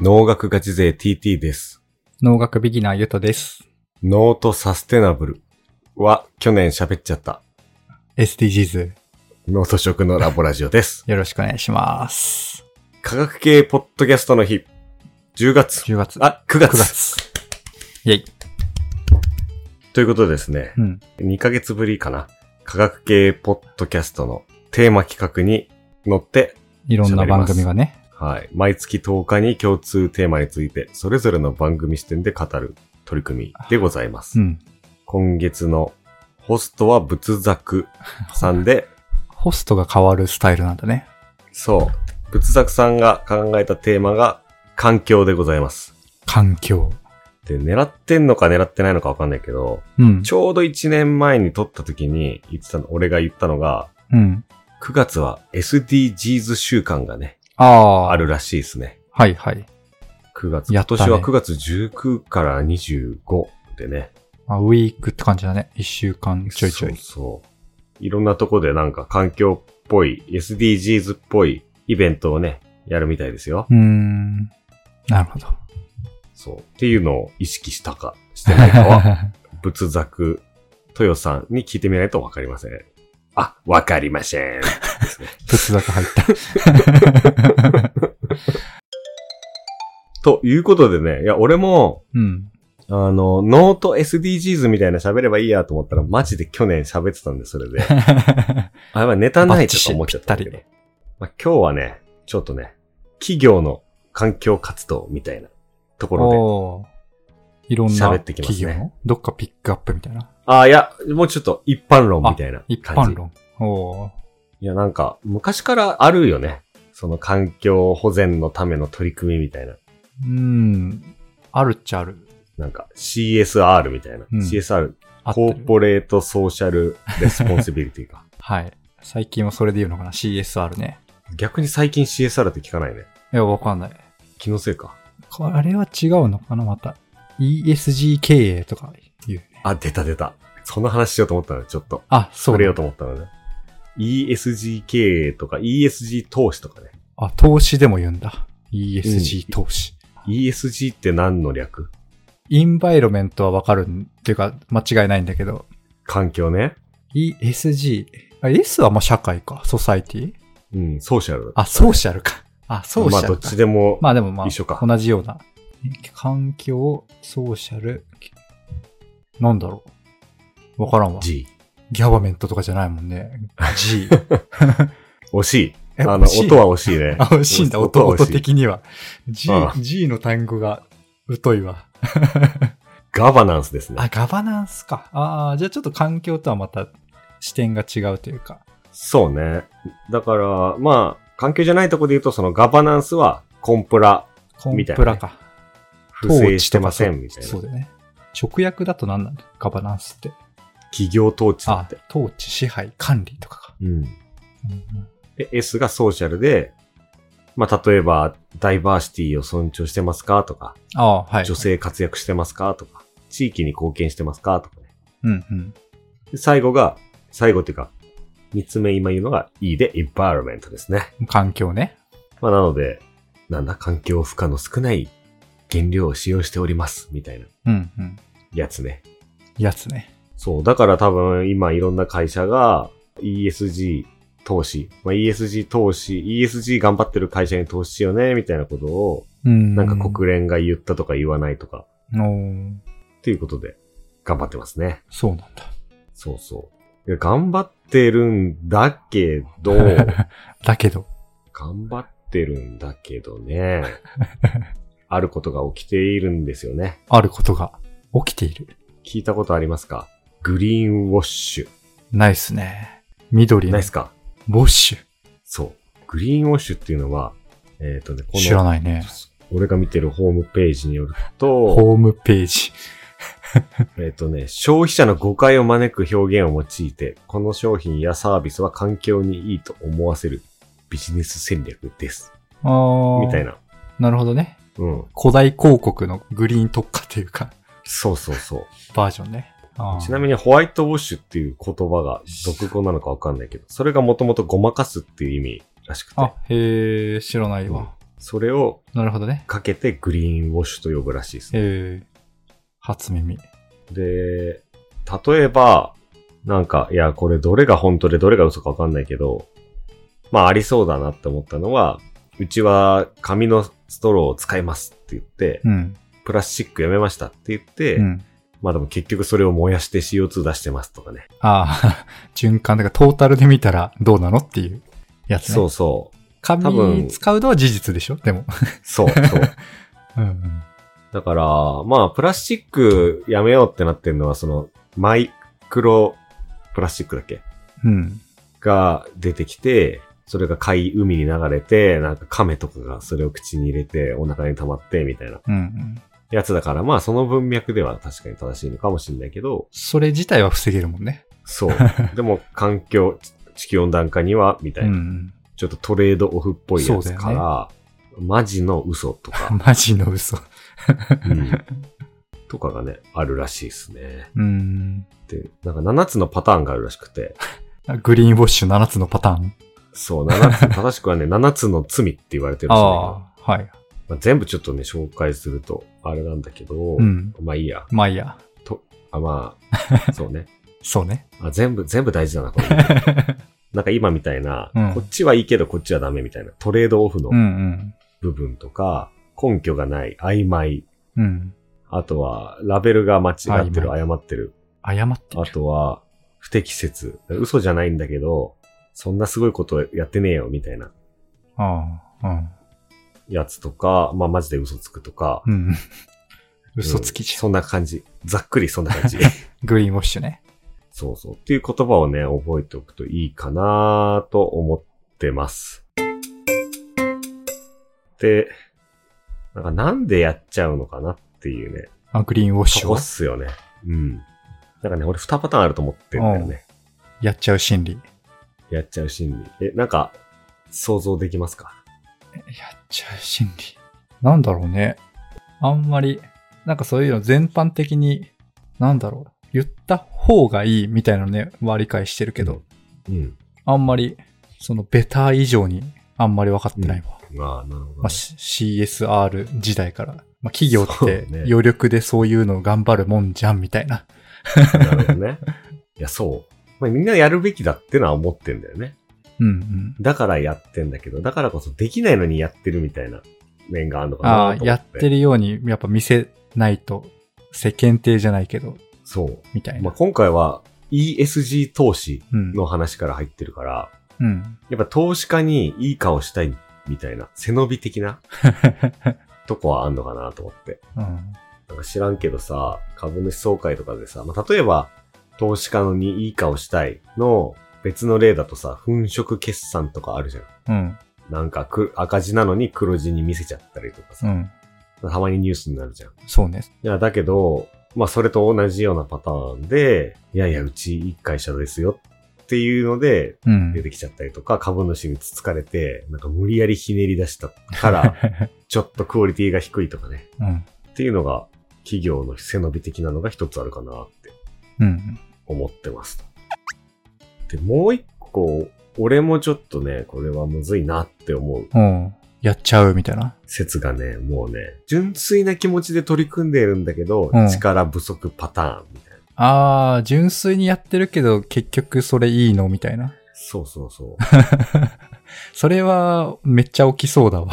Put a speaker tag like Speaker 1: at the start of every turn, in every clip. Speaker 1: 農学ガチ勢 TT です。
Speaker 2: 農学ビギナーゆとです。
Speaker 1: ノートサステナブルは去年喋っちゃった。
Speaker 2: SDGs、
Speaker 1: ノート食のラボラジオです。
Speaker 2: よろしくお願いします。
Speaker 1: 科学系ポッドキャストの日。10月。
Speaker 2: 10月。
Speaker 1: あ、9月。
Speaker 2: 9月。イェイ。
Speaker 1: ということでですね。
Speaker 2: うん。
Speaker 1: 2ヶ月ぶりかな。科学系ポッドキャストのテーマ企画に乗って、
Speaker 2: いろんな番組がね。
Speaker 1: はい。毎月10日に共通テーマについて、それぞれの番組視点で語る取り組みでございます。
Speaker 2: うん。
Speaker 1: 今月のホストは仏作さんで、
Speaker 2: ホストが変わるスタイルなんだね。
Speaker 1: そう。仏作さんが考えたテーマが環境でございます。
Speaker 2: 環境。
Speaker 1: で、狙ってんのか狙ってないのかわかんないけど、
Speaker 2: うん
Speaker 1: ち。ょうど1年前に撮った時に言ってたの、俺が言ったのが、
Speaker 2: うん。
Speaker 1: 9月は SDGs 週間がね、
Speaker 2: ああ。
Speaker 1: あ。るらしいですね。
Speaker 2: はいはい。
Speaker 1: 9月。
Speaker 2: や
Speaker 1: 今
Speaker 2: った
Speaker 1: 年
Speaker 2: ね
Speaker 1: は9月19から25でね。
Speaker 2: まあ、ウィークって感じだね。一週間ちょいちょい。
Speaker 1: そうそう。いろんなとこでなんか環境っぽい、SDGs っぽいイベントをね、やるみたいですよ。
Speaker 2: うーん。なるほど。
Speaker 1: そう。っていうのを意識したか、してないかは、仏作、豊さんに聞いてみないとわかりません。あ、わかりません。ですね。
Speaker 2: 仏坂入った。
Speaker 1: ということでね、いや、俺も、
Speaker 2: うん。
Speaker 1: あの、ノート SDGs みたいな喋ればいいやと思ったら、マジで去年喋ってたんで、それで。あ、やばい、ネタないとか思っちゃったんだけど
Speaker 2: バッチ。
Speaker 1: まあ、今日はね、ちょっとね、企業の環境活動みたいなところで。
Speaker 2: おーいろんな
Speaker 1: 喋ってきますね
Speaker 2: 企業のどっかピックアップみたいな。
Speaker 1: あ、いや、もうちょっと一般論みたいな感じ。
Speaker 2: 一般論。おー
Speaker 1: いや、なんか、昔からあるよね。その環境保全のための取り組みみたいな。
Speaker 2: うーん。あるっちゃある。
Speaker 1: なんか、CSR みたいな。
Speaker 2: うん
Speaker 1: CSR、
Speaker 2: あって
Speaker 1: コ
Speaker 2: る
Speaker 1: ーポレートソーシャルレスポンシビリティか。
Speaker 2: はい。最近はそれで言うのかな ?CSR ね。
Speaker 1: 逆に最近 CSR って聞かないね。
Speaker 2: いや、わかんない。
Speaker 1: 気のせいか。
Speaker 2: これは違うのかなまた。ESG 経営とか言うね。
Speaker 1: あ、出た出た。その話しようと思ったので、ちょっと。
Speaker 2: あ、そ
Speaker 1: 触
Speaker 2: う
Speaker 1: れよ
Speaker 2: だ
Speaker 1: う。と思ったのね。ESG 経営とか ESG 投資とかね。
Speaker 2: あ、投資でも言うんだ。ESG 投資。
Speaker 1: ESG って何の略
Speaker 2: インバイロメントはわかるんっていうか、間違いないんだけど、
Speaker 1: 環境ね。
Speaker 2: ESG。あ S はまあ社会か。ソサイティ
Speaker 1: うん、ソーシャル。
Speaker 2: あ、ソーシャルか。あ、ソーシ
Speaker 1: ま
Speaker 2: ャ
Speaker 1: あ、
Speaker 2: ル
Speaker 1: ど
Speaker 2: か。
Speaker 1: っちでも。
Speaker 2: まあでもまあ、
Speaker 1: 一緒か
Speaker 2: 同じような。環境、ソーシャル、なんだろう。わからんわ。
Speaker 1: G。
Speaker 2: ギャバメントとかじゃないもん ね。G。
Speaker 1: 惜しい。
Speaker 2: え
Speaker 1: あの、
Speaker 2: 惜しい
Speaker 1: 音は惜しいね。
Speaker 2: あ、惜しいんだ、音、
Speaker 1: は惜
Speaker 2: 音
Speaker 1: しい
Speaker 2: 的には。G
Speaker 1: ああ、
Speaker 2: G の単語が疎いわ。
Speaker 1: ガバナンスですね
Speaker 2: あ、。ガバナンスか。ああ、じゃあちょっと環境とはまた視点が違うというか。
Speaker 1: そうね。だから、まあ、環境じゃないとこで言うと、そのガバナンスはコンプラ、
Speaker 2: コンプラか。
Speaker 1: 不正してませんみたいな
Speaker 2: そう。だよね。直訳だと何なんだガバナンスって。
Speaker 1: 企業統治だ
Speaker 2: あ
Speaker 1: って。、
Speaker 2: 統治、支配、管理とかか。
Speaker 1: うん。
Speaker 2: うん
Speaker 1: で、S がソーシャルで、まあ、例えば、ダイバーシティを尊重してますかとか、
Speaker 2: ああ、はい。
Speaker 1: 女。性活躍してますかとか、地域に貢献してますかとかね。
Speaker 2: うんうん。
Speaker 1: で最後が、最後っていうか、三つ目今言うのが E で environment ですね。
Speaker 2: 環境ね。
Speaker 1: まあ、なので、なんだ、環境負荷の少ない原料を使用しております、みたいな
Speaker 2: うんうん。
Speaker 1: やつね。
Speaker 2: やつね。
Speaker 1: そう、だから多分今いろんな会社が ESG 投資、まあ、ESG 投資、ESG 頑張ってる会社に投資しようね、みたいなことを、
Speaker 2: うん。
Speaker 1: なんか国連が言ったとか言わないとか、
Speaker 2: の
Speaker 1: っていうことで、頑張ってますね。
Speaker 2: そうなんだ。
Speaker 1: そうそう。いや頑張ってるんだけど、
Speaker 2: だけど。
Speaker 1: 頑張ってるんだけどね。あることが起きているんですよね。
Speaker 2: あることが起きている。
Speaker 1: 聞いたことありますかグリーンウォッシュ。
Speaker 2: ないっすね。緑
Speaker 1: な
Speaker 2: の
Speaker 1: いですか
Speaker 2: ウォッシュ。
Speaker 1: そう。グリーンウォッシュっていうのは、えっ、とね、こ
Speaker 2: 知ら
Speaker 1: の、
Speaker 2: ないね。
Speaker 1: 俺が見てるホームページによると、
Speaker 2: ホームページ。
Speaker 1: えっ、とね、消費者の誤解を招く表現を用いて、この商品やサービスは環境にいいと思わせるビジネス戦略です。
Speaker 2: あー
Speaker 1: みたい。な。
Speaker 2: なるほどね。
Speaker 1: うん。
Speaker 2: 古代広告のグリーン特化というか、
Speaker 1: そうそうそう。
Speaker 2: バージョンね。あー
Speaker 1: ちなみにホワイトウォッシュっていう言葉が俗語なのかわかんないけど、それがもともとごまかすっていう意味らしくて。
Speaker 2: あ、へえ、知らないわ。
Speaker 1: それを
Speaker 2: なるほどね。
Speaker 1: かけてグリーンウォッシュと呼ぶらしいですね。
Speaker 2: えー、初耳。
Speaker 1: で、例えば、なんか、いや、これどれが本当でどれが嘘かわかんないけど、まあありそうだなって思ったのは、うちは紙のストローを使いますって言って、
Speaker 2: うん。
Speaker 1: プラスチックやめましたって言って、
Speaker 2: うん。
Speaker 1: まあでも結局それを燃やして CO2 出してますとかね。
Speaker 2: ああ、循環だからトー タルで見たらどうなのっていうやつね。
Speaker 1: そうそう。多分
Speaker 2: 紙使うのは事実でしょでも。
Speaker 1: そう そう。
Speaker 2: うんうん。
Speaker 1: だから、まあ、プラスチックやめようってなってるのは、その、マイクロプラスチックだっけ
Speaker 2: うん。
Speaker 1: が出てきて、それが海、海に流れて、なんか亀とかがそれを口に入れて、お腹に溜まって、みたいな
Speaker 2: うんうん。
Speaker 1: やつだから、まあ、その文脈では確かに正しいのかもしれないけど、
Speaker 2: それ自体は防げるもんね。
Speaker 1: そう。でも、環境、地球温暖化には、みた
Speaker 2: う
Speaker 1: いな、
Speaker 2: ん
Speaker 1: ちょっとトレードオフっぽいや
Speaker 2: そう
Speaker 1: つ
Speaker 2: だ
Speaker 1: か
Speaker 2: よ
Speaker 1: ら、マジの嘘と
Speaker 2: う ん。
Speaker 1: か、
Speaker 2: マジの嘘。
Speaker 1: うんとかがね、あるらしいですね。
Speaker 2: うん。
Speaker 1: って、なんか7つのパターンがあるらしくて、
Speaker 2: グリーンウォッシュ7つのパターン。
Speaker 1: そう、7つ、正 しくはね、7つの罪って言われてるんですよ、
Speaker 2: ああ、はい。
Speaker 1: まあ全部ちょっとね、紹介すると、あれなんだけど、
Speaker 2: うん。
Speaker 1: まあいいや。
Speaker 2: まあいいや。
Speaker 1: あ、まあ、 そうね。
Speaker 2: そうね。
Speaker 1: あ全部、全部大事だな、 これ。なんか今みたいな、
Speaker 2: うん
Speaker 1: こっちはいいけどこっちはダメみたいな、トレードオフの
Speaker 2: うん
Speaker 1: 部分とか、根拠がない、曖昧、
Speaker 2: うん。うん。
Speaker 1: あとは、ラベルが間違ってる、誤ってる、
Speaker 2: 謝って
Speaker 1: あとは、不適切、嘘じゃないんだけど、そんなすごいことやってねえよ、みたいな。
Speaker 2: ああ、
Speaker 1: やつとか、まあ、マジで嘘つくとか。
Speaker 2: うん。うん。嘘つき
Speaker 1: う
Speaker 2: じ
Speaker 1: ん
Speaker 2: ゃん。
Speaker 1: そんな感じ。ざっくりそんな感じ。
Speaker 2: グリーンウォッシュね。
Speaker 1: そうそう。っていう言葉をね、覚えておくといいかなと思ってます。で、なんかなんでやっちゃうのかなっていうね。
Speaker 2: あ、グリーンウォッシュ
Speaker 1: そこ
Speaker 2: を
Speaker 1: っすよね。うん。なんかね、俺2パターンあると思ってんだよね。
Speaker 2: やっちゃう心理。や
Speaker 1: やっちゃう心理。え、なんか、想像できますか
Speaker 2: っちゃう心理。なんだろうね。あんまり、なんかそういうの全般的に、なんだろう。言った方がいいみたいなのね、は理解してるけど、
Speaker 1: うん。
Speaker 2: あんまり、そのベター以上にあんまり分かってないわ。
Speaker 1: まあ、なるほどね、
Speaker 2: まあ、C- CSR 時代から、まあ、企業っ
Speaker 1: そう
Speaker 2: て
Speaker 1: ね
Speaker 2: 余力でそういうのを頑張るもんじゃんみたいな。
Speaker 1: なるほどね。いや、そう。まあ、みんなやるべきだってのは思ってんだよね。
Speaker 2: うんうん。
Speaker 1: だからやってんだけど、だからこそできないのにやってるみたいな面があるのかなと
Speaker 2: あ
Speaker 1: 思
Speaker 2: あ、
Speaker 1: って。
Speaker 2: やってるようにやっぱ見せないと、世間体じゃないけど、
Speaker 1: そう。
Speaker 2: みたい
Speaker 1: まあ、
Speaker 2: な。
Speaker 1: 今回は ESG 投資
Speaker 2: うん。
Speaker 1: の話から入ってるから、
Speaker 2: うん。
Speaker 1: やっぱ投資家にいい顔したいみたいな、背伸び的 なとこはあんのかなと思って。
Speaker 2: うん。
Speaker 1: なんか知らんけどさ、株主総会とかでさ、まあ、例えば、投資家のにいい顔したいの別の例だとさ、粉飾決算とかあるじゃん。
Speaker 2: うん。
Speaker 1: なんかく赤字なのに黒字に見せちゃったりとか
Speaker 2: う
Speaker 1: さ、
Speaker 2: ん。
Speaker 1: たまにニュースになるじゃん。い
Speaker 2: そうね。
Speaker 1: や、だけど、まあそれと同じようなパターンで、いやいや、うちいい会社ですよっていうので
Speaker 2: うん
Speaker 1: 出。てきちゃったりとか、株主につつかれて、なんか無理やりひねり出した から、ちょっとクオリティが低いとかね。
Speaker 2: うん。
Speaker 1: っていうのが、企業の背伸び的なのが一つあるかなって
Speaker 2: うん。
Speaker 1: 思ってます。で、もう一個、俺もちょっとね、これはむずいなって思う
Speaker 2: うん。やっちゃうみたいな。
Speaker 1: 説がね、もうね、純粋な気持ちで取り組んでいるんだけど、
Speaker 2: うん
Speaker 1: 力不足パターンみたいな。
Speaker 2: ああ、純粋にやってるけど、結局それいいのみたいな。
Speaker 1: そうそうそ
Speaker 2: それは、めっちゃ起きそうだわ。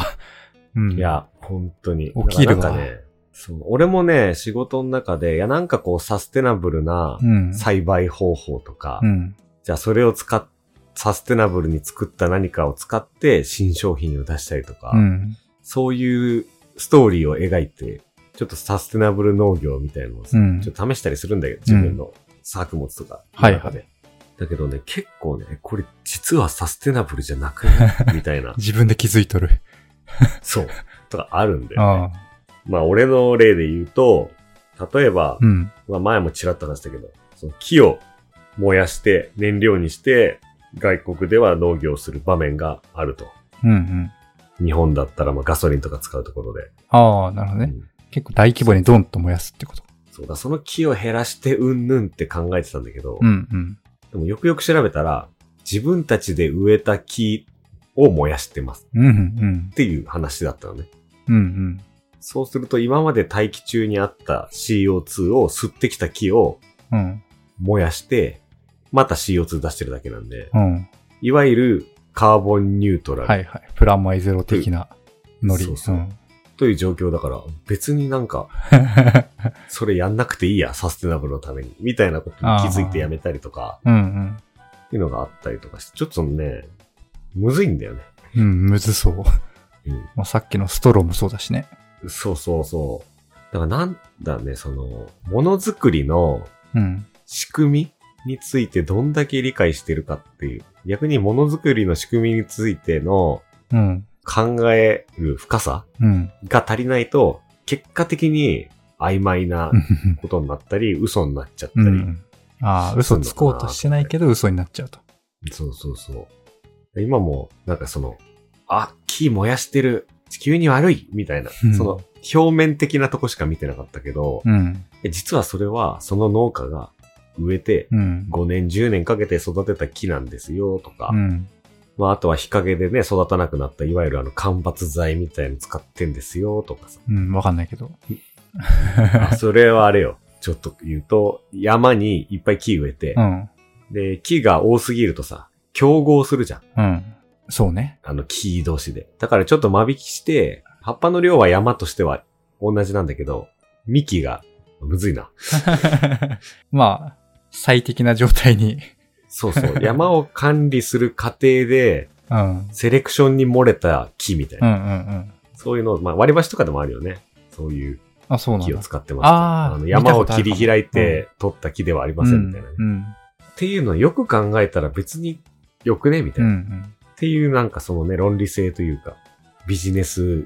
Speaker 2: うん。
Speaker 1: う。いや、本当に。
Speaker 2: 起きるわ
Speaker 1: なんかね、そう俺もね、仕事の中で、いや、なんかこう、サステナブルな
Speaker 2: うん。
Speaker 1: 栽培方法とか、
Speaker 2: うん。
Speaker 1: じゃあそれを使っ、サステナブルに作った何かを使って新商品を出したりとか、
Speaker 2: うん。
Speaker 1: そういうストーリーを描いて、ちょっとサステナブル農業みたいなのをさ
Speaker 2: うん
Speaker 1: ちょっと試したりするんだけど、自分の作物とか
Speaker 2: は
Speaker 1: の
Speaker 2: い
Speaker 1: 中で。だけどね、結構ね、これ実はサステナブルじゃなく ないみたいな、
Speaker 2: 自分で気づいとる。
Speaker 1: そう、とかあるんで、
Speaker 2: ああ。
Speaker 1: まあ俺の例で言うと、例えば、
Speaker 2: うん。
Speaker 1: まあ前もちらっと話したけど、その木を燃やして燃料にして外国では農業をする場面があると。
Speaker 2: うんうん。
Speaker 1: 日本だったらまあガソリンとか使うところで。
Speaker 2: ああ、なるほど
Speaker 1: う
Speaker 2: ね。
Speaker 1: ん
Speaker 2: 結構大規模にドンと燃やすってこと。
Speaker 1: そうだ、その木を減らしてうんぬんって考えてたんだけど、
Speaker 2: うんうん。
Speaker 1: でもよくよく調べたら、自分たちで植えた木を燃やしてます
Speaker 2: うん、うん
Speaker 1: っ。ていう話だったのね。
Speaker 2: うん、うん。
Speaker 1: そうすると今まで大気中にあった CO2 を吸ってきた木を
Speaker 2: うん、
Speaker 1: 燃やして、また CO2 出してるだけなんで、
Speaker 2: うん。
Speaker 1: いわゆるカーボンニュートラ
Speaker 2: はい
Speaker 1: ル
Speaker 2: はい。プラマイゼロ的なノリ。
Speaker 1: そうそうんという状況だから、別になんか、それやんなくていいや、サステナブルのために、みたいなことに気づいてやめたりとか、
Speaker 2: うん、
Speaker 1: っていうのがあったりとかして、ちょっとね、むずいんだよね。
Speaker 2: うん。うん、むずそう。
Speaker 1: うん
Speaker 2: まあ、さっきのストローもそうだしね。
Speaker 1: そうそうそう。だからなんだね、その、ものづくりの
Speaker 2: うん。
Speaker 1: 仕組みについてどんだけ理解してるかっていう、逆にものづくりの仕組みについての
Speaker 2: うん。
Speaker 1: 考える深さ
Speaker 2: うん。
Speaker 1: が足りないと、結果的に曖昧な
Speaker 2: うん
Speaker 1: ことになったり、嘘になっちゃった
Speaker 2: う
Speaker 1: り、
Speaker 2: ん。ああ、嘘つこうとしてないけど嘘になっちゃうと。
Speaker 1: そうそうそう。今も、なんかその、あ、木燃やしてる、地球に悪い、みたいな、
Speaker 2: うん
Speaker 1: その、表面的なとこしか見てなかったけど、
Speaker 2: うん。
Speaker 1: え実はそれは、その農家が植えて、
Speaker 2: うん。
Speaker 1: 5年、10年かけて育てた木なんですよ、とか、
Speaker 2: うん。
Speaker 1: まあ、あとは日陰でね、育たなくなった、いわゆるあの、間伐材みたいの使ってんですよ、とかさ。
Speaker 2: うん。わかんないけど。
Speaker 1: あ それはあれよ。ちょっと言うと、山にいっぱい木植えて、
Speaker 2: うん。
Speaker 1: で、木が多すぎるとさ、競合するじゃん。
Speaker 2: うん。そうね。
Speaker 1: あの、木同士で。だからちょっと間引きして、葉っぱの量は山としては同じなんだけど、幹が、むずいな。
Speaker 2: まあ、最適な状態に。
Speaker 1: そう そう。山を管理する過程で、
Speaker 2: うん。
Speaker 1: セレクションに漏れた木みたい
Speaker 2: うんう
Speaker 1: な。
Speaker 2: んうん。
Speaker 1: そういうの、まあ割り箸とかでもあるよね。そういう
Speaker 2: あ、そうなん
Speaker 1: 木
Speaker 2: だ
Speaker 1: を。使ってますと
Speaker 2: あ
Speaker 1: か。
Speaker 2: ー
Speaker 1: の
Speaker 2: 見たことあ
Speaker 1: 山
Speaker 2: る
Speaker 1: を切り開いて取った木ではありませんみたいなね。
Speaker 2: うん。うん
Speaker 1: っていうのをよく考えたら別によくねみた
Speaker 2: う
Speaker 1: い
Speaker 2: ん
Speaker 1: な。
Speaker 2: う
Speaker 1: っ
Speaker 2: ん。
Speaker 1: ていうなんかそのね、論理性というか、ビジネス、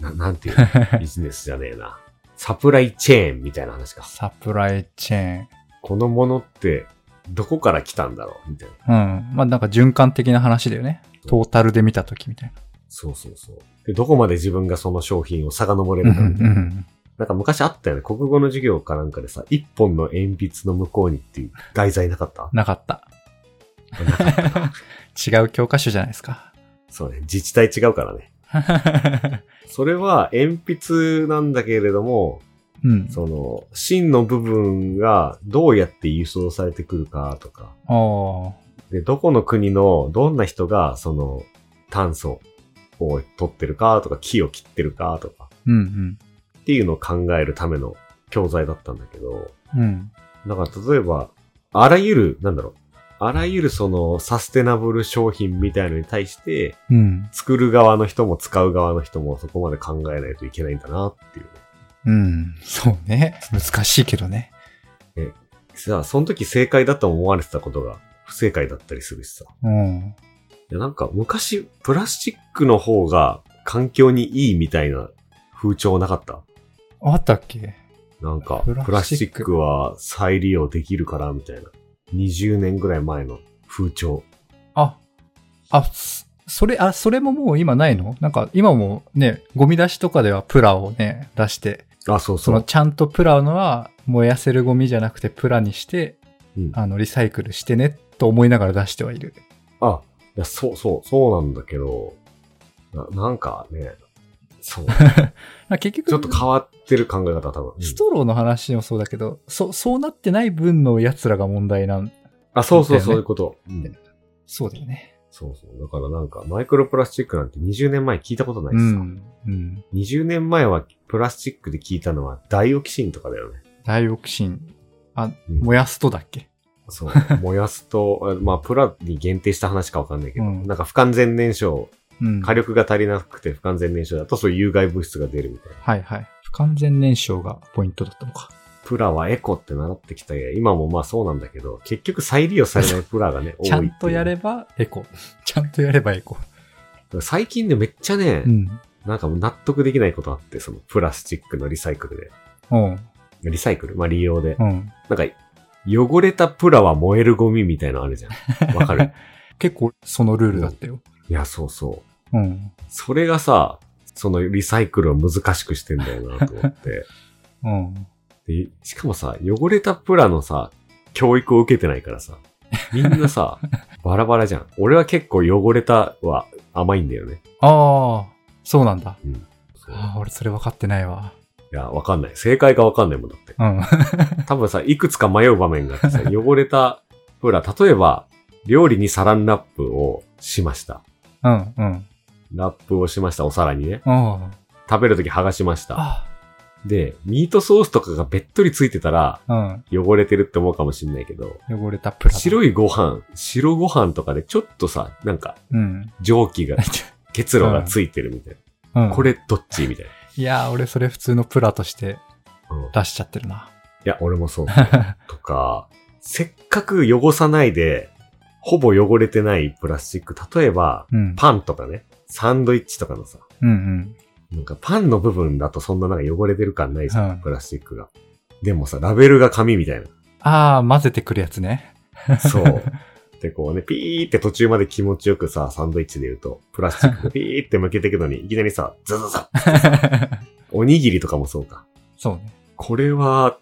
Speaker 1: ななんていう のビジネスじゃねえな。サプライチェーンみたいな話か。
Speaker 2: サプライチェーン。
Speaker 1: このものってどこから来たんだろうみたいな。
Speaker 2: うん。まあなんか循環的な話だよね。トータルで見たときみたい
Speaker 1: そうそうそう。で、どこまで自分がその商品を遡れ
Speaker 2: な。う
Speaker 1: る
Speaker 2: ん
Speaker 1: かみたい
Speaker 2: う
Speaker 1: な。
Speaker 2: ん
Speaker 1: なんか昔あったよね。国語の授業かなんかでさ、一本の鉛筆の向こうにっていう題材なかった
Speaker 2: なかった。違う教科書じゃないですか。
Speaker 1: そうね。自治体違うからね。それは鉛筆なんだけれども、
Speaker 2: うん。
Speaker 1: その、芯の部分がどうやって輸送されてくるかとか、
Speaker 2: おー
Speaker 1: で、どこの国のどんな人がその炭素を取ってるかとか、木を切ってるかとか
Speaker 2: うん
Speaker 1: っていうのを考えるための教材だったんだけど、
Speaker 2: うん。うん。
Speaker 1: だから例えば、あらゆる、なんだろう、あらゆるそのサステナブル商品みたいのに対して、
Speaker 2: うん。
Speaker 1: 作る側の人も使う側の人もそこまで考えないといけないんだなっていうね。
Speaker 2: うん。そうね。難しいけどね。
Speaker 1: さあ、その時正解だと思われてたことが不正解だったりするしさ。
Speaker 2: うん。
Speaker 1: いや、なんか昔、プラスチックの方が環境にいいみたいな風潮なかった
Speaker 2: あったっけ
Speaker 1: なんか、
Speaker 2: プラスチック
Speaker 1: プラスチックは再利用できるから、みたいな。20年ぐらい前の風潮。
Speaker 2: あ、あ、そそれ、あ、それももう今ないのなんか今もね、ゴミ出しとかではプラをね、出して、
Speaker 1: あ、そう
Speaker 2: そ
Speaker 1: そ
Speaker 2: の
Speaker 1: う。
Speaker 2: ちゃんとプラのは燃やせるゴミじゃなくてプラにして、
Speaker 1: うん
Speaker 2: あの、リサイクルしてねと思いながら出してはいる。
Speaker 1: あ、いや、そうそう、そうなんだけど、ななんかね、そう。
Speaker 2: まあ結局、
Speaker 1: ちょっと変わってる考え方、多分。うん
Speaker 2: ストローの話もそうだけど、そそうなってない分の奴らが問題なん、
Speaker 1: あ、そうそう、
Speaker 2: だよね
Speaker 1: そういうこと。うん
Speaker 2: そうだよね。
Speaker 1: そうそう。だからなんか、マイクロプラスチックなんて20年前聞いたことないうですよ。
Speaker 2: ん。うん。
Speaker 1: 20年前はプラスチックで聞いたのはダイオキシンとかだよね。
Speaker 2: ダイオキシン、あ、
Speaker 1: うん
Speaker 2: 燃やすとだっけ
Speaker 1: そう。燃やすと、 あまあ、プラに限定した話かわかんないけど、
Speaker 2: うん
Speaker 1: なんか不完全燃焼、
Speaker 2: うん。
Speaker 1: 火力が足りなくて不完全燃焼だとそういう有害物質が出るみたいな。
Speaker 2: はいはい。不完全燃焼がポイントだったのか。
Speaker 1: プラはエコって習ってきたや、今もまあそうなんだけど、結局再利用されないプラがね、多い
Speaker 2: ちゃんとやれ
Speaker 1: ば。
Speaker 2: ばエコ。 ちゃんとやればエコ。
Speaker 1: 最近ね、めっちゃね、
Speaker 2: うん。
Speaker 1: なんかもう納得できないことあって、そのプラスチックのリサイクル
Speaker 2: うん。
Speaker 1: で。リサイクルまあ利用で。
Speaker 2: うん。
Speaker 1: なんか、汚れたプラは燃えるゴミみたいなのあるじゃん。わか る
Speaker 2: 結構そのルールだったよ。
Speaker 1: いや、そうそう。
Speaker 2: うん。
Speaker 1: それがさ、そのリサイクルを難しくしてんだよなと思って。
Speaker 2: うん。
Speaker 1: で、しかもさ、汚れたプラのさ、教育を受けてないからさ、みんなさ、バラバラじゃん。俺は結構汚れたは甘いんだよね。
Speaker 2: ああ、そうなんだ。
Speaker 1: そう
Speaker 2: ああ、俺それ分かってないわ。
Speaker 1: いや、わかんない。正解がわかんないもんだって。
Speaker 2: うん。
Speaker 1: 多分さ、いくつか迷う場面があってさ、汚れた、ほら、例えば、料理にサランラップをしました。
Speaker 2: うん、うん。
Speaker 1: ラップをしました、お皿にね。
Speaker 2: あ
Speaker 1: 食べるとき剥がしました。
Speaker 2: あ、
Speaker 1: で、ミートソースとかがべっとりついてたら、
Speaker 2: あ
Speaker 1: 汚れてるって思うかもしんないけど、
Speaker 2: うん。汚れたプラ。い。
Speaker 1: 白いご飯、白ご飯とかでちょっとさ、なんか、
Speaker 2: うん。
Speaker 1: 蒸気が、結露がついてるみたい
Speaker 2: うん、
Speaker 1: な。こ。れどっちみたい
Speaker 2: いやー、俺それ普通のプラとして
Speaker 1: な。うんい
Speaker 2: 出しちゃってるな。
Speaker 1: や、俺もそう。とか、せっかく汚さないで、ほぼ汚れてないプラスチック。例えば、
Speaker 2: うん。
Speaker 1: パンとかね、サンドイッチとかのさ、
Speaker 2: うんうん。
Speaker 1: なんかパンの部分だとそんななんか汚れてる感ないじゃん、
Speaker 2: うん
Speaker 1: プラスチックが。でもさ、ラベルが紙みたい
Speaker 2: ああ、混ぜてくるやつ ね。
Speaker 1: な。そう。で、こうね、ピーって途中まで気持ちよくさ、サンドイッチで言うと、プラスチックがピーって向けていくのに、いきなりさ、ザザザおにぎりとかもそうか。
Speaker 2: そうね。
Speaker 1: これは、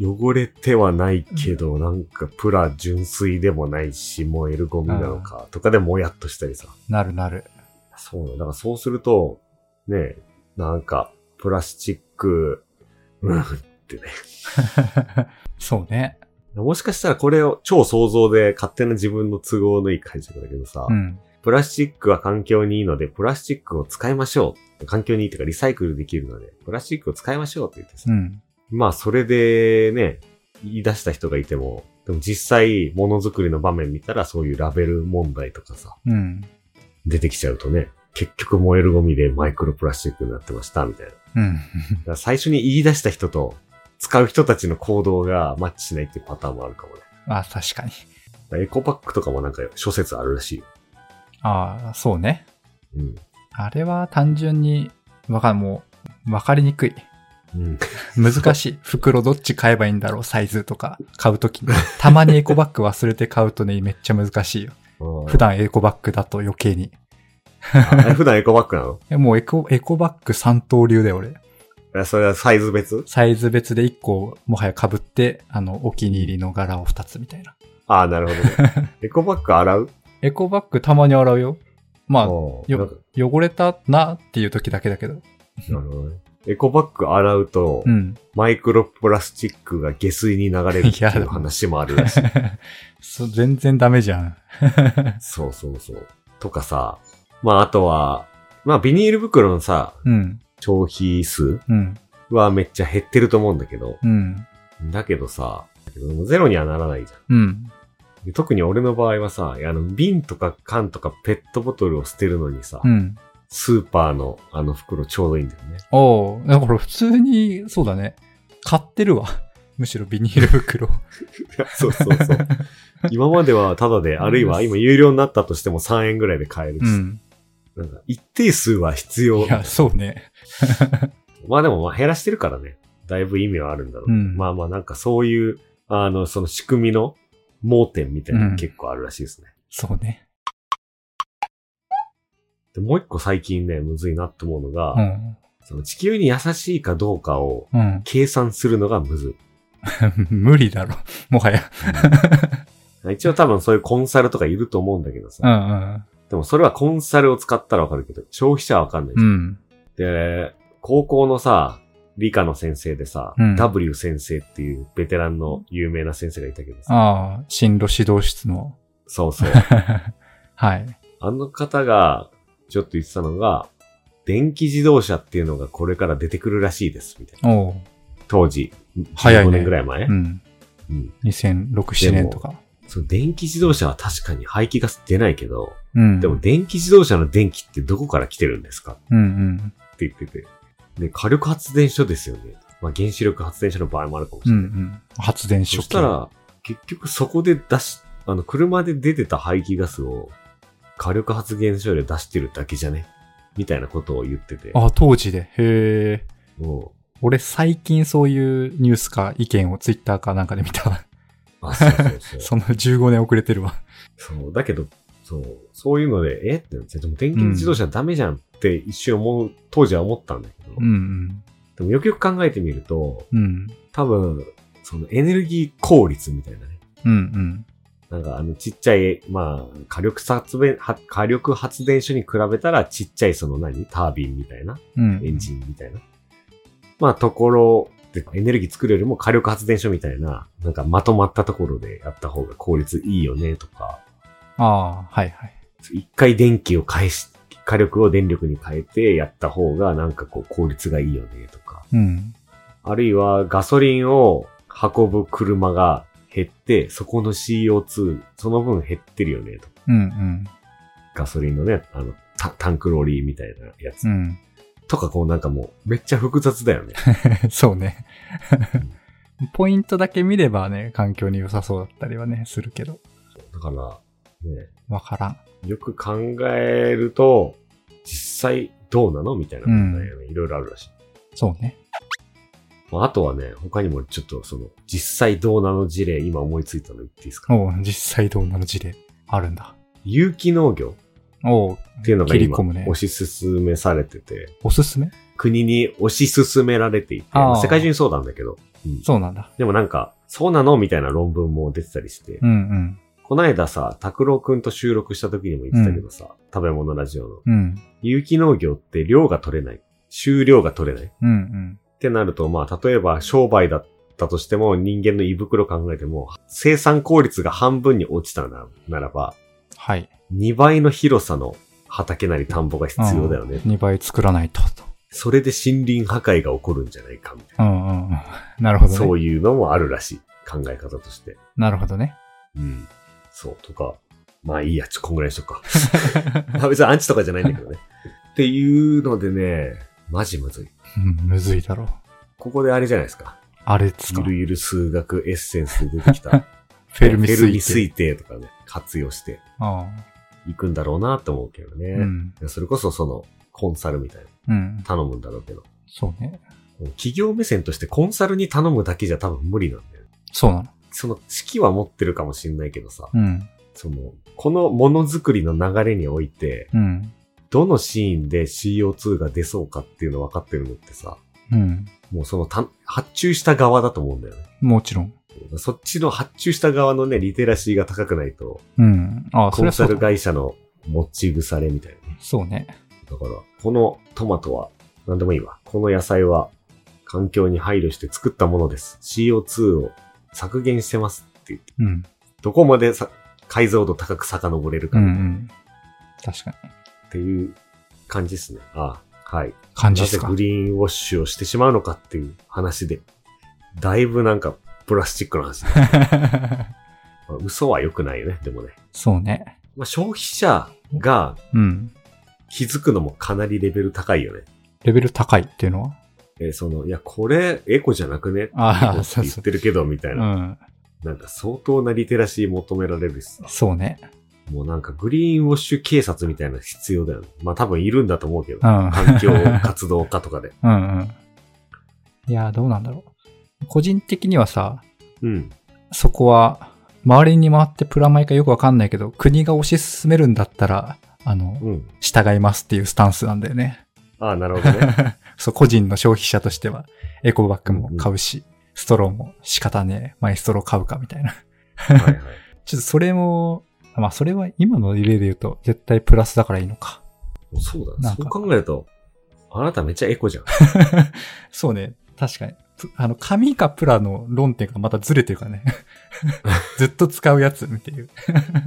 Speaker 1: 汚れてはないけど、なんかプラ純粋でもないし、燃えるゴミなのか、とかでもやっとしたりさ。
Speaker 2: なるなる。
Speaker 1: そうだ。だからそうすると、ねえ、なんか、プラスチック、うんってね。
Speaker 2: そうね。
Speaker 1: もしかしたらこれを超想像で勝手な自分の都合のいい解釈だけどさ、
Speaker 2: うん。
Speaker 1: プラスチックは環境にいいので、プラスチックを使いましょう。環境にいいというかリサイクルできるので、プラスチックを使いましょうって言ってさ、
Speaker 2: うん。
Speaker 1: まあそれでね、言い出した人がいても、でも実際ものづくりの場面見たらそういうラベル問題とかさ、
Speaker 2: うん。
Speaker 1: 出てきちゃうとね、結局燃えるゴミでマイクロプラスチックになってました、みたいな。
Speaker 2: うん。
Speaker 1: だから最初に言い出した人と使う人たちの行動がマッチしないっていうパターンもあるかもね。
Speaker 2: まあ、確かに。
Speaker 1: だからエコパックとかもなんか諸説あるらしいよ。
Speaker 2: ああ、そうね。
Speaker 1: うん。
Speaker 2: あれは単純に、わかん、もう、わかりにくい。
Speaker 1: うん。
Speaker 2: 難 しい。袋どっち買えばいいんだろう、サイズとか。買うときに。たまにエコバッグ忘れて買うとね、めっちゃ難しいよ。普段エコバッグだと余計に。
Speaker 1: あれ普段エコバッグなの
Speaker 2: えもうエコ、エコバッグ三刀流だよ、俺。
Speaker 1: いやそれはサイズ別
Speaker 2: サイズ別で1個もはや被って、あの、お気に入りの柄を2つみたいな。
Speaker 1: ああ、なるほどね。エコバッグ洗う
Speaker 2: エコバッグたまに洗うよ。まあ、
Speaker 1: よ
Speaker 2: よ
Speaker 1: なんか
Speaker 2: 汚れたなっていう時だけだけど。
Speaker 1: なるほどね。エコバッグ洗うと、
Speaker 2: うん。
Speaker 1: マイクロプラスチックが下水に流れるっていう話もあるら しい。
Speaker 2: そ全然ダメじゃん。
Speaker 1: そうそうそう。とかさ、まああとは、まあビニール袋のさ、
Speaker 2: うん。
Speaker 1: 消費数
Speaker 2: うん。
Speaker 1: はめっちゃ減ってると思うんだけど、
Speaker 2: うん。
Speaker 1: だけどさ、ゼロにはならないじゃ
Speaker 2: うん。
Speaker 1: ん。で特に俺の場合はさ、あの、瓶とか缶とかペットボトルを捨てるのにさ、
Speaker 2: うん。
Speaker 1: スーパーのあの袋ちょうどいいんだよね。
Speaker 2: おうだから普通に、そうだね。買ってるわ。 むしろビニール袋。
Speaker 1: そうそうそう。 今まではタダで、あるいは今有料になったとしても3円ぐらいで買えるし、
Speaker 2: うん。
Speaker 1: なんか一定数は必
Speaker 2: い
Speaker 1: 要。
Speaker 2: や、そうね。
Speaker 1: まあでもまあ減らしてるからね、だいぶ意味はあるんだろうけど、
Speaker 2: うん
Speaker 1: まあまあなんかそういう、あの、その仕組みの盲点みたいな
Speaker 2: う
Speaker 1: の
Speaker 2: ん
Speaker 1: 結構あるらしいですね。
Speaker 2: そうね。
Speaker 1: でもう一個最近ね、むずいなって思うのが、
Speaker 2: うん。
Speaker 1: その地球に優しいかどうかを
Speaker 2: うん。
Speaker 1: 計算するのがむずい。
Speaker 2: 無理だろ。もはや。
Speaker 1: 一応多分そういうコンサルとかいると思うんだけど
Speaker 2: う
Speaker 1: さ。
Speaker 2: んうん。
Speaker 1: でもそれはコンサルを使ったらわかるけど、消費者はわかんない、
Speaker 2: うん。
Speaker 1: で、高校のさ、理科の先生でさ、
Speaker 2: うん
Speaker 1: W 先生っていうベテランの有名な先生がいたけどさ。
Speaker 2: ああ、進路指導室 の。
Speaker 1: そうそう。
Speaker 2: はい。
Speaker 1: あの方が、ちょっと言ってたのが、電気自動車っていうのがこれから出てくるらしいです、みたいな。
Speaker 2: おう。
Speaker 1: 当時。
Speaker 2: 早いね
Speaker 1: 15年ぐらい前。
Speaker 2: うん。
Speaker 1: うん
Speaker 2: 2006、7年とか。
Speaker 1: その電気自動車は確かに排気ガス出ないけど、
Speaker 2: うん。
Speaker 1: でも、電気自動車の電気ってどこから来てるんですか
Speaker 2: うんうん。
Speaker 1: って言ってて。で、火力発電所ですよね。まあ、原子力発電所の場合もあるかもし
Speaker 2: う
Speaker 1: れ
Speaker 2: んう
Speaker 1: ない。
Speaker 2: ん。発電所
Speaker 1: そした、ら、結局そこで出し、あの、車で出てた排気ガスを火力発電所で出してるだけじゃねみたいなことを言ってて。
Speaker 2: あ、当時で。へえ。
Speaker 1: も
Speaker 2: 俺最近そういうニュースか意見をツイッターかなんかで見たわ。
Speaker 1: う、あ、そうそう そう
Speaker 2: その15年遅れてるわ。
Speaker 1: そう。だけど、そう、そういうので、えってなって、でも電気自動車ダメじゃんって一瞬思う、当時は思ったんだけど、
Speaker 2: うん
Speaker 1: でもよくよく考えてみると、
Speaker 2: うん。うん。
Speaker 1: 多分、そのエネルギー効率みたいなね。
Speaker 2: うんうん。
Speaker 1: なんかあのちっちゃい、まあ、火力発電、は火力発電所に比べたらちっちゃいその何タービンみたいな
Speaker 2: うん。
Speaker 1: エンジンみたいな。まあ、ところで、エネルギー作るよりも火力発電所みたいな、なんかまとまったところでやった方が効率いいよねとか、
Speaker 2: ああ、はいはい。
Speaker 1: 一回電気を返し、火力を電力に変えてやった方がなんかこう効率がいいよねとか、
Speaker 2: うん。
Speaker 1: あるいはガソリンを運ぶ車が減って、そこの CO2、その分減ってるよねとか、
Speaker 2: うんうん。
Speaker 1: ガソリンのね、あの、タタンクローリーみたいなやつ、
Speaker 2: うん。
Speaker 1: とかこうなんかもうめっちゃ複雑だよね。
Speaker 2: そうね。ポイントだけ見ればね、環境に良さそうだったりはね、するけど。
Speaker 1: だから、ね、
Speaker 2: わからん。
Speaker 1: よく考えると、実際どうなのみたいな問題がね、いろいろあるらしい。
Speaker 2: そうね。
Speaker 1: まあ、あとはね、他にもちょっとその、実際どうなの事例、今思いついたの言っていいですか
Speaker 2: おう実際どうなる事例あるんだ。
Speaker 1: 有機農業
Speaker 2: おう
Speaker 1: っていうのが
Speaker 2: 切り
Speaker 1: 今
Speaker 2: 込むね
Speaker 1: 推し進めされてて、
Speaker 2: おすすめ
Speaker 1: 国に推し進められていて、
Speaker 2: あー
Speaker 1: 世界中にそうなんだけど、うん
Speaker 2: そうなんだ。
Speaker 1: でもなんか、そうなのみたいな論文も出てたりして、
Speaker 2: うん
Speaker 1: こないださ、拓郎くんと収録した時にも言ってたけどさ、食べ物ラジオの、
Speaker 2: うん。うん。
Speaker 1: 有機農業って量が取れない。収量が取れない。
Speaker 2: うんうん。
Speaker 1: ってなると、まあ、例えば商売だったとしても、人間の胃袋考えても、生産効率が半分に落ちたな、ならば、
Speaker 2: はい。
Speaker 1: 2倍の広さの畑なり田んぼが必要だよね。
Speaker 2: 2倍作らないと。
Speaker 1: それで森林破壊が起こるんじゃないか、みたい
Speaker 2: うんうんうん。なるほ
Speaker 1: な。
Speaker 2: どね。
Speaker 1: そういうのもあるらしい。考え方として。
Speaker 2: なるほどね。
Speaker 1: うん。そう、とか。まあいいや、ちょ、こんぐらいにしとく か。まあ別にアンチとかじゃないんだけどね。っていうのでね、マジむずい。
Speaker 2: うん、むずいだろう。
Speaker 1: ここであれじゃないですか。
Speaker 2: あれですか
Speaker 1: ゆ。るゆる数学エッセンスで出てきた。
Speaker 2: フェルミ
Speaker 1: フェルミ
Speaker 2: 推定。
Speaker 1: 推定とかね、活用して
Speaker 2: あ
Speaker 1: いくんだろうなと思うけどね
Speaker 2: あ。うん。
Speaker 1: それこそその、コンサルみたいな、
Speaker 2: うん。
Speaker 1: 頼むんだろうけど。
Speaker 2: そうね。
Speaker 1: 企業目線としてコンサルに頼むだけじゃ多分無理なんだよね。
Speaker 2: そうなの。
Speaker 1: その、式は持ってるかもしんないけどさ、
Speaker 2: うん。
Speaker 1: その、このものづくりの流れにおいて、
Speaker 2: うん。
Speaker 1: どのシーンで CO2 が出そうかっていうの分かってるのってさ、
Speaker 2: うん。
Speaker 1: もうそのた、発注した側だと思うんだよね。
Speaker 2: もちろん。
Speaker 1: そっちの発注した側のね、リテラシーが高くないと、
Speaker 2: うん。ああ、そ
Speaker 1: コン
Speaker 2: れはそ
Speaker 1: サル
Speaker 2: うだ。
Speaker 1: 会社の持ち腐れみたいなね。
Speaker 2: そうね。
Speaker 1: だから、このトマトは、なんでもいいわ。この野菜は、環境に配慮して作ったものです。CO2 を削減してますって言って、
Speaker 2: うん。
Speaker 1: どこまでさ解像度高く遡れる
Speaker 2: う
Speaker 1: か
Speaker 2: んう
Speaker 1: っ
Speaker 2: ん。確かに。
Speaker 1: ていう感じですね。ああはい。
Speaker 2: 感じ
Speaker 1: な
Speaker 2: です
Speaker 1: ぜ
Speaker 2: か
Speaker 1: グ。リーンウォッシュをしてしまうのかっていう話で、だいぶなんか、プラスチックの話。まあ嘘は良くないよね、でもね。
Speaker 2: そうね。
Speaker 1: まあ、消費者が
Speaker 2: うん。
Speaker 1: 気づくのもかなりレベル高いよね。
Speaker 2: レベル高いっていうのは
Speaker 1: えーその、いや、これ、エコじゃなくねって
Speaker 2: ああ、そう
Speaker 1: 言っ
Speaker 2: そう。
Speaker 1: てるけど、みたいうな。
Speaker 2: ん。
Speaker 1: なんか相当なリテラシー求められるしさ。
Speaker 2: そうね。
Speaker 1: もうなんかグリーンウォッシュ警察みたいなの必要だよね。まあ多分いるんだと思うけど。
Speaker 2: うん
Speaker 1: 環境活動家とかで。
Speaker 2: うんうん。いやー、どうなんだろう。個人的にはさ、
Speaker 1: うん。
Speaker 2: そこは、周りに回ってプラマイかよくわかんないけど、国が推し進めるんだったら、あの、
Speaker 1: うん。
Speaker 2: 従いますっていうスタンスなんだよね。
Speaker 1: ああ、なるほど ね。
Speaker 2: そう、個人の消費者としては、エコバッグも買うし、ストローも仕方ねえ、マイストロー買うかみたいな。
Speaker 1: はいはい。
Speaker 2: ちょっとそれも、まあそれは今のリレーで言うと絶対プラスだからいいのか。
Speaker 1: そうだ
Speaker 2: な
Speaker 1: ね。
Speaker 2: ん
Speaker 1: そ
Speaker 2: か
Speaker 1: う考えると、あなためっちゃエコじゃん。
Speaker 2: そうね。確かに。プあの、紙かプラの論点がまたずれてるからね。 ずっと使うやつっていう。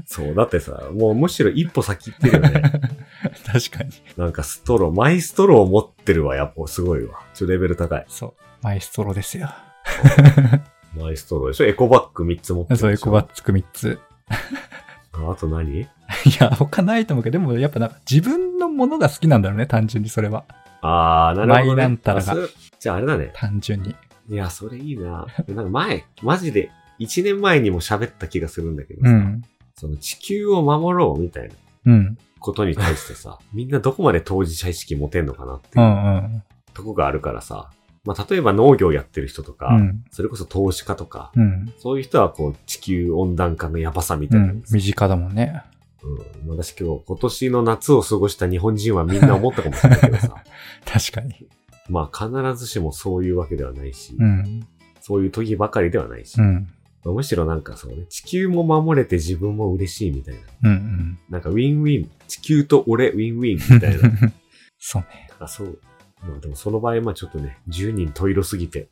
Speaker 1: そう。だってさ、もうむしろ一歩先行ってるよ ね。
Speaker 2: 確かに。
Speaker 1: なんかストロー、マイストローを持ってるわ。やっぱすごいわ。ちょ、レベル高い。
Speaker 2: そう。マイストロですよ。
Speaker 1: マイストローでしょエコバッグ3つ持ってるでしょ。
Speaker 2: そう、エコバッグ3つ。
Speaker 1: ああと何
Speaker 2: いや、他ないと思うけど、でもやっぱなんか自分のものが好きなんだろうね、単純にそれは。
Speaker 1: あー、なるほど、ね。
Speaker 2: マイなんたらが
Speaker 1: あ。それじゃああれだね。
Speaker 2: 単純に。
Speaker 1: いや、それいいな。 なんか前、マジで、1年前にも喋った気がするんだけど
Speaker 2: う
Speaker 1: さ、
Speaker 2: ん。
Speaker 1: その地球を守ろうみたいな
Speaker 2: うん。
Speaker 1: ことに対して さ、みんなどこまで当事者意識持てんのかなって
Speaker 2: う
Speaker 1: いうん
Speaker 2: うん。
Speaker 1: とこがあるからさ、まあ、例えば農業やってる人とか、
Speaker 2: うん。
Speaker 1: それこそ投資家とか、
Speaker 2: うん。
Speaker 1: そういう人はこう、地球温暖化のやばさみ
Speaker 2: う
Speaker 1: たいなの
Speaker 2: ん
Speaker 1: で。す、
Speaker 2: 身近だもんね。
Speaker 1: うん私今日、今年の夏を過ごした日本人はみんな思ったかもしれないけど さ、
Speaker 2: 確かに。
Speaker 1: まあ必ずしもそういうわけではないし、
Speaker 2: うん。
Speaker 1: そういう時ばかりではないし、
Speaker 2: うん。
Speaker 1: まあむしろなんかそうね、地球も守れて自分も嬉しいみたいな。
Speaker 2: うん
Speaker 1: なんかウィンウィン、地球と俺ウィンウィン
Speaker 2: うん。
Speaker 1: みたいな。なん
Speaker 2: そう ね。
Speaker 1: かそう。まあでもその場合、まあちょっとね、10人トイロすぎて、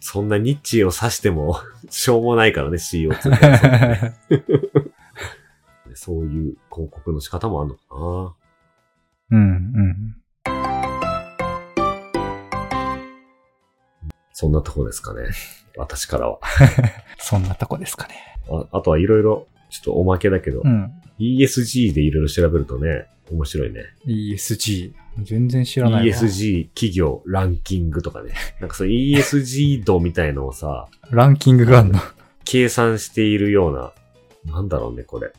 Speaker 1: そんなニッチを指しても、 しょうもないからね、CO2 がそうね、そういう広告の仕方もあるのかな。
Speaker 2: うんうん。
Speaker 1: そんなとこですかね。私からは。
Speaker 2: そんなとこですかね。
Speaker 1: ああとはいろいろ、ちょっとおまけだけど、
Speaker 2: うん。
Speaker 1: ESG でいろいろ調べるとね、面白いね。
Speaker 2: ESG。全然知らないわ。
Speaker 1: ESG 企業ランキングとかね。 なんかそう ESG 度みたいのをさ、
Speaker 2: ランキングがあるの。
Speaker 1: 計算しているような、なんだろうね、これ。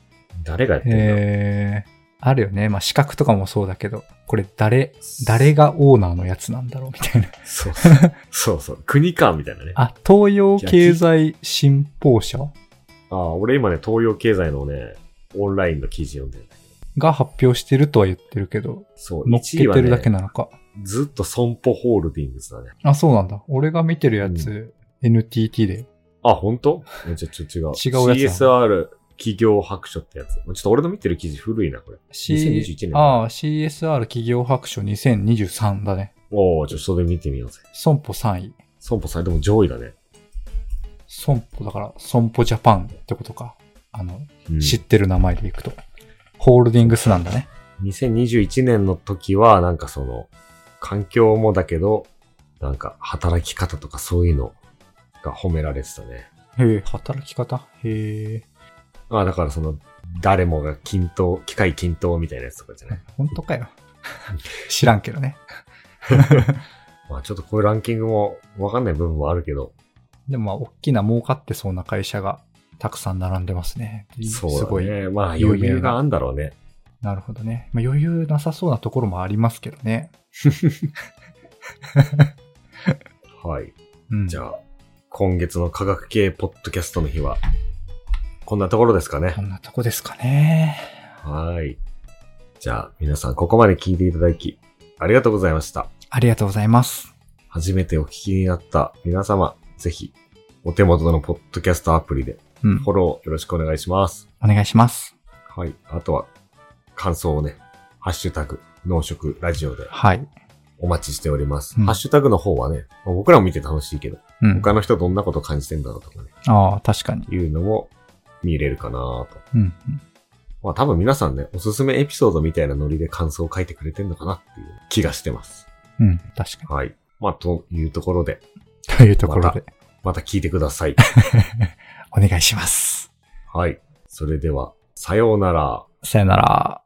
Speaker 1: 誰がやってるんだろう
Speaker 2: えー、あるよね。まあ、資格とかもそうだけど、これ誰、誰がオーナーのやつなんだろうみた いな。
Speaker 1: そう そう。そうそう。国か、みたいなね。あ
Speaker 2: あ、東洋経済新報社
Speaker 1: あー、俺今ね、東洋経済のね、オンラインの記事読んでるんだけど。
Speaker 2: が発表してるとは言ってるけど、
Speaker 1: そう、
Speaker 2: 乗っ
Speaker 1: 1
Speaker 2: けて
Speaker 1: 位は
Speaker 2: るだけ
Speaker 1: ね、
Speaker 2: なのか。
Speaker 1: ずっと損保ホールディングスだね。
Speaker 2: あ、そうなんだ。俺が見てるやつ、NTT で。
Speaker 1: あ、本当？じゃあちょっと違う。
Speaker 2: 違うやつ
Speaker 1: CSR 企業白書ってやつ。ちょっと俺の見てる記事古いな、これ。2021年
Speaker 2: ああ、CSR 企業白書2023だね。
Speaker 1: おおちょっとそれ見てみようぜ。
Speaker 2: 損保3位。
Speaker 1: 損保されても上位だね。
Speaker 2: 損保だから、損保ジャパンってことか。あの、
Speaker 1: うん
Speaker 2: 知ってる名前でいくと。ホールディングスなんだね。
Speaker 1: 2021年の時は、なんかその、環境もだけど、なんか働き方とかそういうのが褒められてたね。
Speaker 2: へえ、働き方へえ。
Speaker 1: ああ、だからその、誰もが均等、機械均等みたいなやつとかじゃない。
Speaker 2: 本当かよ。知らんけどね。
Speaker 1: まあちょっとこういうランキングもわかんない部分もあるけど、
Speaker 2: でもまあ、大きな儲かってそうな会社がたくさん並んでますね。す
Speaker 1: そ
Speaker 2: ご
Speaker 1: う
Speaker 2: い。
Speaker 1: だね。まあ
Speaker 2: 有
Speaker 1: 余
Speaker 2: 名な
Speaker 1: 裕があんだろう ね。
Speaker 2: なるほどね。まあ、余裕なさそうなところもありますけどね。
Speaker 1: はい。
Speaker 2: うん。
Speaker 1: じゃあ、今月の科学系ポッドキャストの日は、こんなところですかね
Speaker 2: こ。んなとこですかね。
Speaker 1: はい。じゃあ、皆さんここまで聞いていただき、ありがとうございました。
Speaker 2: ありがとうございます。
Speaker 1: 初めてお聞きになった皆様、ぜひ、お手元のポッドキャストアプリで、
Speaker 2: うん。
Speaker 1: フォローよろしくお願いします。
Speaker 2: お願いします。
Speaker 1: はい。あとは、感想をね、ハッシュタグ、農食ラジオで
Speaker 2: はい。
Speaker 1: お待ちしております。
Speaker 2: うん
Speaker 1: ハッシュタグの方はね、僕らも見て楽しいけど、
Speaker 2: うん。
Speaker 1: 他の人どんなこと感じてんだろうとかね、
Speaker 2: ああ、確かに。
Speaker 1: いうのも見れるかなと。
Speaker 2: うん。
Speaker 1: まあ多分皆さんね、おすすめエピソードみたいなノリで感想を書いてくれてんのかなっていう気がしてます。
Speaker 2: うん。確かに。
Speaker 1: はい。まあというところで、
Speaker 2: というところで、
Speaker 1: また聞いてください。
Speaker 2: お願いします。
Speaker 1: はい。それでは、さようなら。
Speaker 2: さよなら。